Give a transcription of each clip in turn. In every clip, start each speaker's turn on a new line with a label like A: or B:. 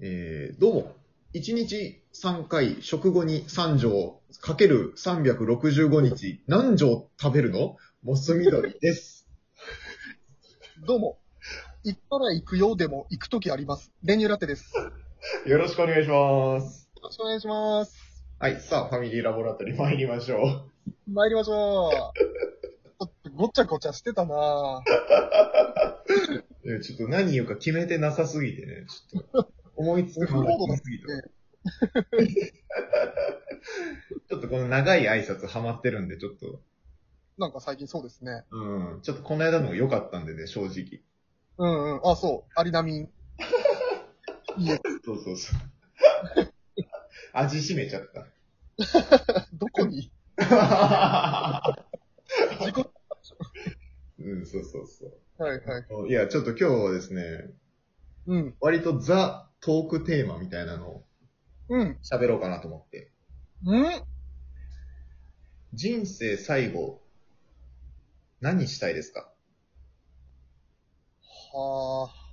A: えーどうも。1日3回、食後に3錠、かける365日、何錠食べるのモス緑です。
B: どうも。行ったら行くようでも行くときあります。練乳ラテです。よ
A: よろしくお願いします。
B: ろしくお願いします。
A: はい、さあ、ファミリーラボラトリー参りましょ
B: 参りましょう。ちょっとごちゃごちゃしてたなぁ。
A: う。えーちょっと何言うか決めてなさすぎてね、ちょっと。思いつくまなすぎて。 ちょっとこの長い挨拶ハマってるんで、ちょっと、
B: なんか最近そうですね。
A: うん、ちょっとこの間のも良かったんでね、正直。
B: うんうん。あ、そう。アリナミン。いえ、
A: そうそうそう。 味しめちゃっ
B: どこに
A: た。
B: 自己
A: うん、そうそうそ
B: はいはい。
A: う。いや、ちょっと今日はですね、
B: うん。
A: 割とザ・トークテーマみたいなのを
B: うん。
A: 喋ろうかなと思って。
B: うん
A: 人生最後、何したいですか
B: はあ。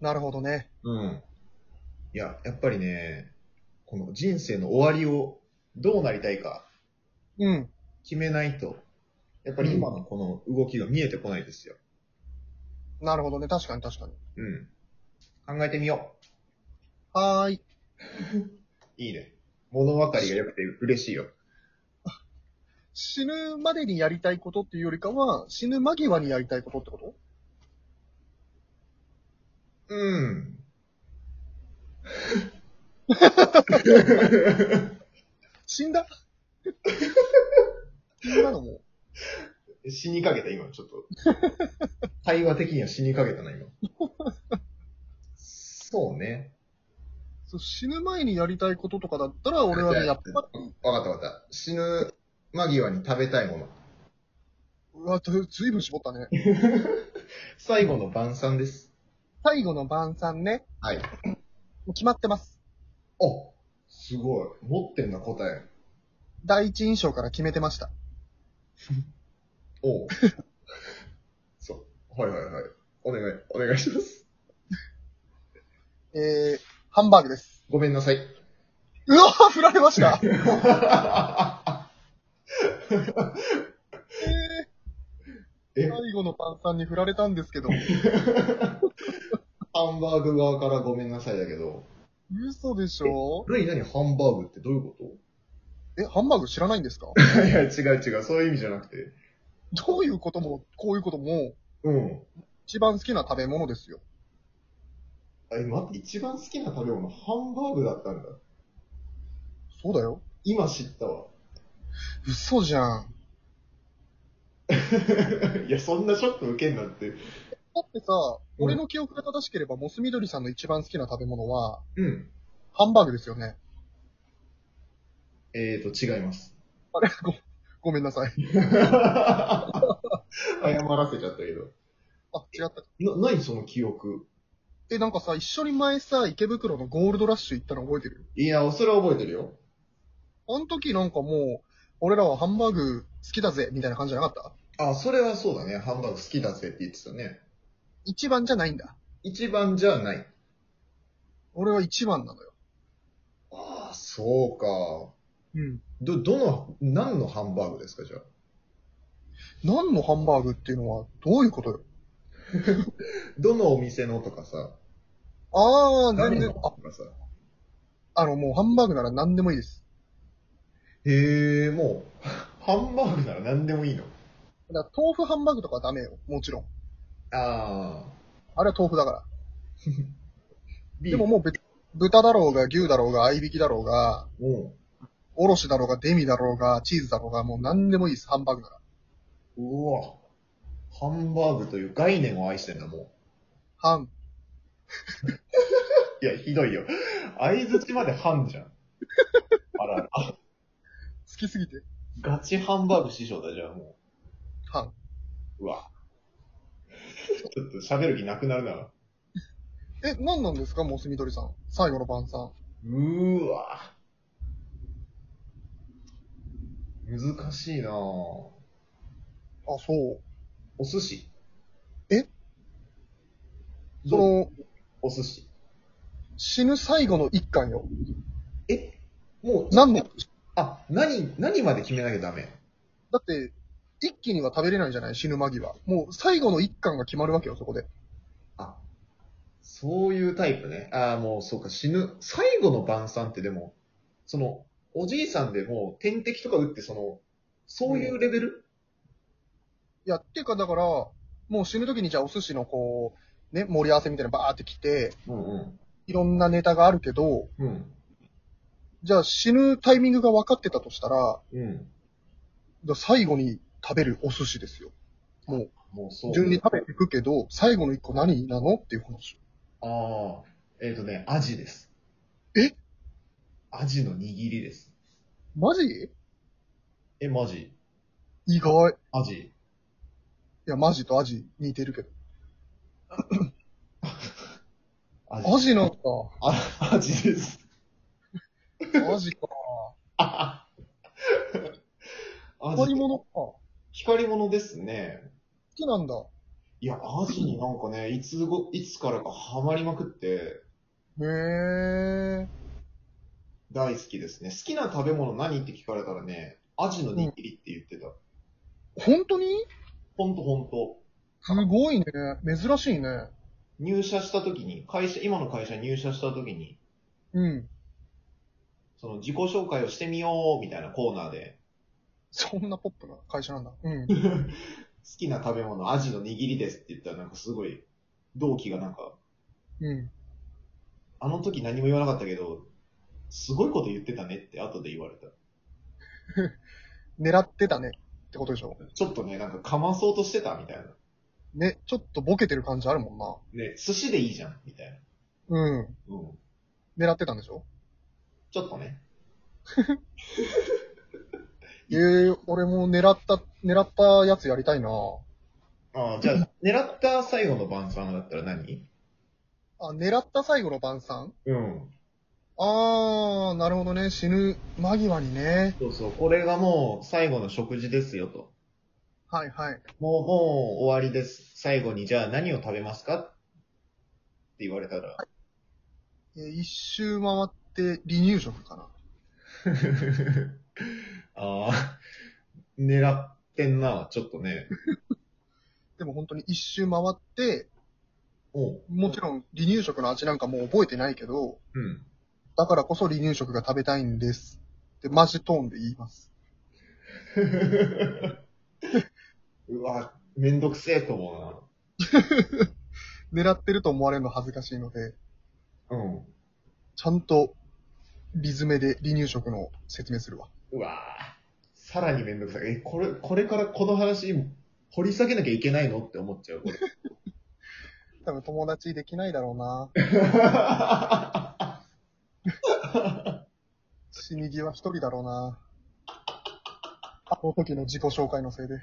B: なるほどね。
A: うん。いや、やっぱりね、この人生の終わりをどうなりたいか
B: うん。
A: 決めないと、やっぱり今のこの動きが見えてこないですよ。
B: なるほどね。確かに確かに。
A: うん。考えてみよ
B: はーい。
A: う。いいね。物分かりが良くて嬉しいよ。
B: 死ぬまでにやりたいことっていうよりかは、死ぬ間際にやりたいことってこと
A: うん。
B: 死ん だ死んだのも。
A: 死にかけた、今、ちょっと。会話的には死にかけたな、今。そうね。
B: そう死ぬ前にやりたいこととかだったら、俺はね、やっぱり、
A: わかったわかった。死ぬ間際に食べたいもの。
B: うわ、ずずいぶん絞ったね。
A: 最後の晩餐です。
B: 最後の晩餐ね、
A: はい。あ、
B: もう決まってます。
A: すごい。持ってんな、答え。
B: 第一印象から決めてました。
A: おう。そう。はいはいはい。お願い、お願いします。
B: えー、ハンバーグです。
A: ごめんなさい。
B: うわ振られました、え
A: え
B: ー、最後の晩餐に振られたんですけど、
A: ハンバーグ側からごめんなさいだけど。
B: 嘘でしょ
A: ルイ何ハンバーグってどういうこ
B: え、ハンバーグ知らないんですか
A: といや、違う違う。そういう意味じゃなくて。
B: どういうことも、こういうことも、
A: うん。
B: 一番好きな食べ物ですよ。
A: あ、え待って、一番好きな食べ物、ハンバーグだったんだ。
B: そうだよ。
A: 今知った わ。
B: 嘘じゃん。
A: いや、そんなショック受けんなって。
B: だってさ、俺の記憶が正しければ、モスみどりさんの一番好きな食べ物は、
A: うん。
B: ハンバーグですよね。
A: えーと、違い ます。
B: あれご、ごめんなさい。
A: 謝らせちゃったけど。
B: あ、違った。
A: な、何その記憶。
B: え、なんかさ、一緒に前さ、池袋のゴールドラッシュ行ったの覚えてる
A: いや、それは覚えてるよ。
B: あの時なんかもう、俺らはハンバーグ好きだぜ、みたいな感じじゃなかった
A: あ、それはそうだね。ハンバーグ好きだぜって言ってたね。
B: 一番じゃないんだ。
A: 一番じゃない。
B: 俺は一番なのよ。
A: ああ、そうか。
B: うん。
A: ど、どの、何のハンバーグですか、じゃあ。
B: 何のハンバーグっていうのは、どういうことよ
A: どのお店のとかさ。
B: あー、
A: 何
B: 全
A: の
B: 然、
A: と
B: あ、
A: かさ。
B: あの、もうハンバーグなら何でもいいです。
A: へえ、もう、 ハンバーグなら何でもいいの。
B: だから豆腐ハンバーグとかはダメよ。もちろん。
A: ああ。
B: あれは豆腐だから。
A: ビ
B: で
A: ーフ
B: も。もう豚豚だろうが牛だろうが合いびきだろうが、
A: うん
B: おろしだろうがデミだろうがチーズだろうがもう何でもいいです、ハンバーグなら。
A: うわ。ハンバーグという概念を愛してんだ、も
B: ハン。
A: う。いや、ひどいよ。相づちまでハンじゃ ん。あら、あ
B: 好きすぎて。
A: ガチハンバーグ師匠だ、じゃあも
B: ハン。
A: う。うわ。ちょっと喋る気なくなるな。
B: え、何なんですかモスみどりさん。最後の晩餐。
A: うーわ。難しいなぁ。お
B: あ、そう。
A: 寿司
B: その、
A: お寿司。
B: 死ぬ最後の一巻よ。
A: えもう、
B: 何年
A: あ、何、何まで決めなきゃダメ。
B: だって、一気には食べれないじゃない死ぬ間際。もう最後の一巻が決まるわけよ、そこで。
A: あ、そういうタイプね。ああ、もうそうか、死ぬ。最後の晩餐ってでも、その、おじいさんでもう点滴とか打って、その、そういうレベル、
B: いや、っていうかだから、もう死ぬ時にじゃあお寿司のこう、ね、盛り合わせみたいなのバーって来て、
A: うん、うん
B: いろんなネタがあるけど、
A: うん。うん。
B: じゃあ死ぬタイミングが分かってたとしたら、だか
A: うん。
B: ら最後に食べるお寿司ですよ。もう、
A: もうそう。
B: 順に食べていくけど、最後の一個何なのっていう話。
A: ああ、えっ、とね、アジです。
B: え
A: アジの握りです。
B: マジ
A: え、マジ
B: 意外。い
A: アジ
B: や、マジとアジ似てるけど。
A: アジ
B: アジなんだ。
A: あアジです。
B: アジか。
A: あア
B: 変わり
A: ジ。
B: 物か。好
A: 光り物ですね。
B: きなんだ。
A: いや、アジになんかね、いつご、いつからかハマりまくって、
B: へえ。
A: 大好きですね。好きな食べ物何って聞かれたらね、アジの握りって言ってた。
B: 本当に
A: ほんとほんと。
B: すごいね。珍しいね。
A: 入社した時に、会社、今の会社入社した時に、
B: うん。
A: その自己紹介をしてみようみたいなコーナーで、
B: そんなポップな会社なんだ。うん。
A: 好きな食べ物、アジの握りですって言ったら、なんかすごい、同期がなんか、
B: うん。
A: あの時何も言わなかったけど、すごいこと言ってたねって後で言われた。
B: 狙ってたね。ってことでしょ。
A: ちょっとね、なんかかまそうとしてたみたいな。
B: ね、ちょっとボケてる感じあるもんな。
A: ね、寿司でいいじゃん、みたいな。
B: うん。
A: うん。
B: 狙ってたんでしょ
A: ちょっとね。
B: ええ俺も狙った、狙ったやつやりたいな
A: ああ、じゃあ、狙った最後の晩餐だったら何
B: あ、狙った最後の晩餐
A: うん。
B: あー、なるほどね。死ぬ間際にね。
A: そうそう、これがもう最後の食事ですよと。
B: はいはい。
A: もう、もう終わりです。最後に、じゃあ何を食べますかって言われた ら。
B: えー一周回って離乳食かな。
A: ああ、狙ってんな、ちょっとね。
B: でも本当に一周回って、
A: おう。
B: もちろん離乳食の味なんかもう覚えてないけど、
A: うん。
B: だからこそ離乳食が食べたいんです。ってマジトーンで言います。
A: うわ、めんどくせえと思
B: 狙ってると思われるの恥ずかしいので、
A: うな。うん。
B: ちゃんとリズメで離乳食の説明するわ。
A: うわぁ、さらにめんどくさい。え、これ、これからこの話、掘り下げなきゃいけないのって思っちゃう。これ
B: 多分友達できないだろうな。死に際一人だろうな。あの時の自己紹介のせいで。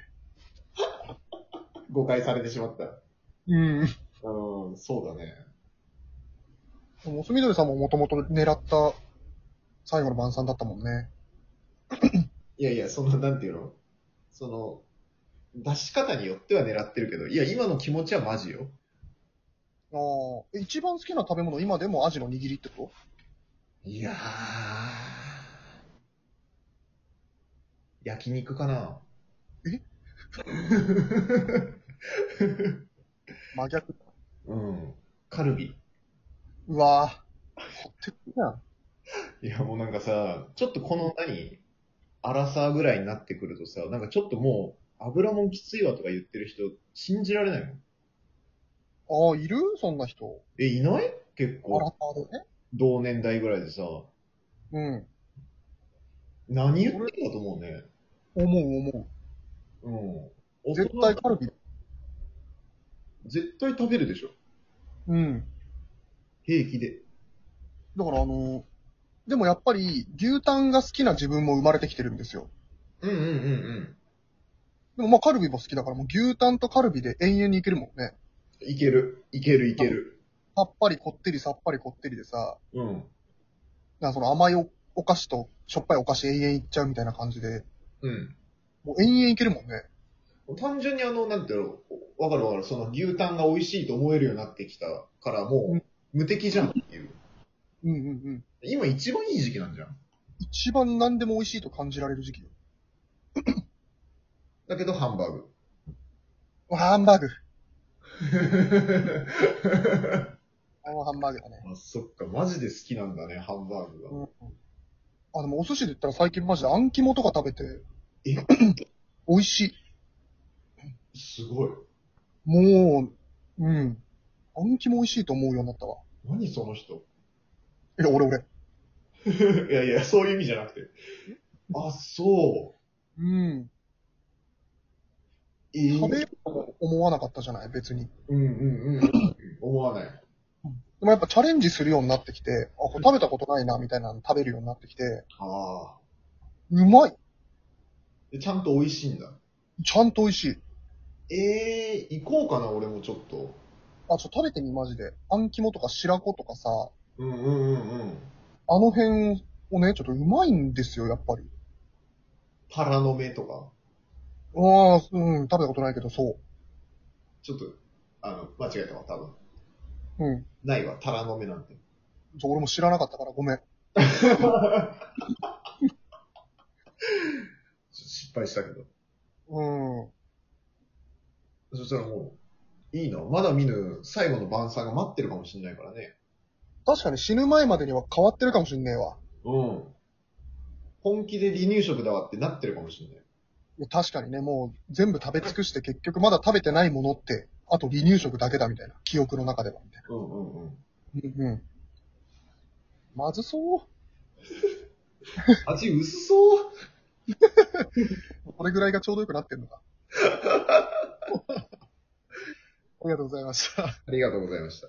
A: 誤解されてしまった。
B: うん。
A: うん、そうだね。
B: モスミドリさんももともと狙った最後の晩餐だったもんね。
A: いやいや、その、なんていうのその、出し方によっては狙ってるけど、いや、今の気持ちはマジよ。
B: ああ。え一番好きな食べ物、今でもアジの握りってこ
A: いやー。焼肉かな
B: えと真逆。
A: うん。カルビ。
B: うわぁ。ほってるじゃん。
A: いや、もうなんかさ、ちょっとこの何、アラサーぐらいになってくるとさ、なんかちょっともう、油もんきついわとか言ってる人、信じられないもん。
B: ああ、いるそんな人。
A: え、いない結
B: アラ
A: 構、
B: ターでね。
A: 同年代ぐらいでさ、
B: うん。
A: 何言ってんだと思うね。
B: 思う思
A: うん。
B: う。絶対カルビ。
A: 絶対食べるでしょ。
B: うん。
A: 平気で。
B: だからあの、でもやっぱり牛タンが好きな自分も生まれてきてるんですよ。
A: うんうんうん
B: でもまあカルビも好きだからもう牛タンとカルビで永遠にいけるもんね。
A: うん。いける。いけるいける。
B: さっぱりこってりさっぱりこってりでさ、
A: うん。
B: なんかその甘いおお菓子としょっぱいお菓子永遠いっちゃうみたいな感じで、
A: う
B: もう永遠いけるもんね。
A: ん。単純にあの、なんていうの、わかるわかる。その牛タンが美味しいと思えるようになってきたから、もう、無敵じゃんっていう。
B: うんうんうん。
A: 今一番いい時期なんじゃん。
B: 一番何でも美味しいと感じられる時期よ。
A: だけどハンバー グ。
B: ハンバーグ。あのハンバーグだね。
A: あ、そっか、マジで好きなんだね、ハンバーグが。
B: うんあ、でもお寿司で言ったら最近マジであん肝とか食べて、
A: え
B: 美味しい。
A: すごい。
B: もう、うん。あん肝美味しいと思うようになったわ。
A: 何その人。
B: いや、俺俺。
A: いやいや、そういう意味じゃなくて。あ、そ
B: うん。
A: う。えー
B: 食べようと思わなかったじゃない、別に。で
A: うんうんうん。思わない。
B: もやっぱチャレンジするようになってきて、あ、これ食べたことないな、みたいなの食べるようになってきて、
A: ああ。
B: うまい
A: でちゃんと美味しいんだ。
B: ちゃんと美味しい。
A: ええー、行こうかな、俺もちょっと。
B: あ、ちょ、食べてみ、マジで。あん肝とか白子とかさ、
A: うんうんうんうん。
B: あの辺をね、ちょっとうまいんですよ、やっぱり。
A: パラの目とか。
B: ああ、うん、食べたことないけど、そ
A: ちょっと、あの、間違えたわ、多分。
B: う。うん。
A: ないわ、タラの目なんて。
B: そう俺も知らなかったからごめん。
A: 失敗したけど。
B: うん。
A: そしたらもう、いいな。まだ見ぬ最後の晩餐が待ってるかもしれないからね。
B: 確かに死ぬ前までには変わってるかもしんねえわ。
A: うん。本気で離乳食だわってなってるかもしれない。
B: いや確かにね、もう全部食べ尽くして結局まだ食べてないものって、あと離乳食だけだみたいな。記憶の中では、みたい
A: うんうんうん。
B: な。うんうん。まずそう。
A: 味薄そう。
B: これぐらいがちょうどよくなってんのか。ありがとうございました。
A: ありがとうございました。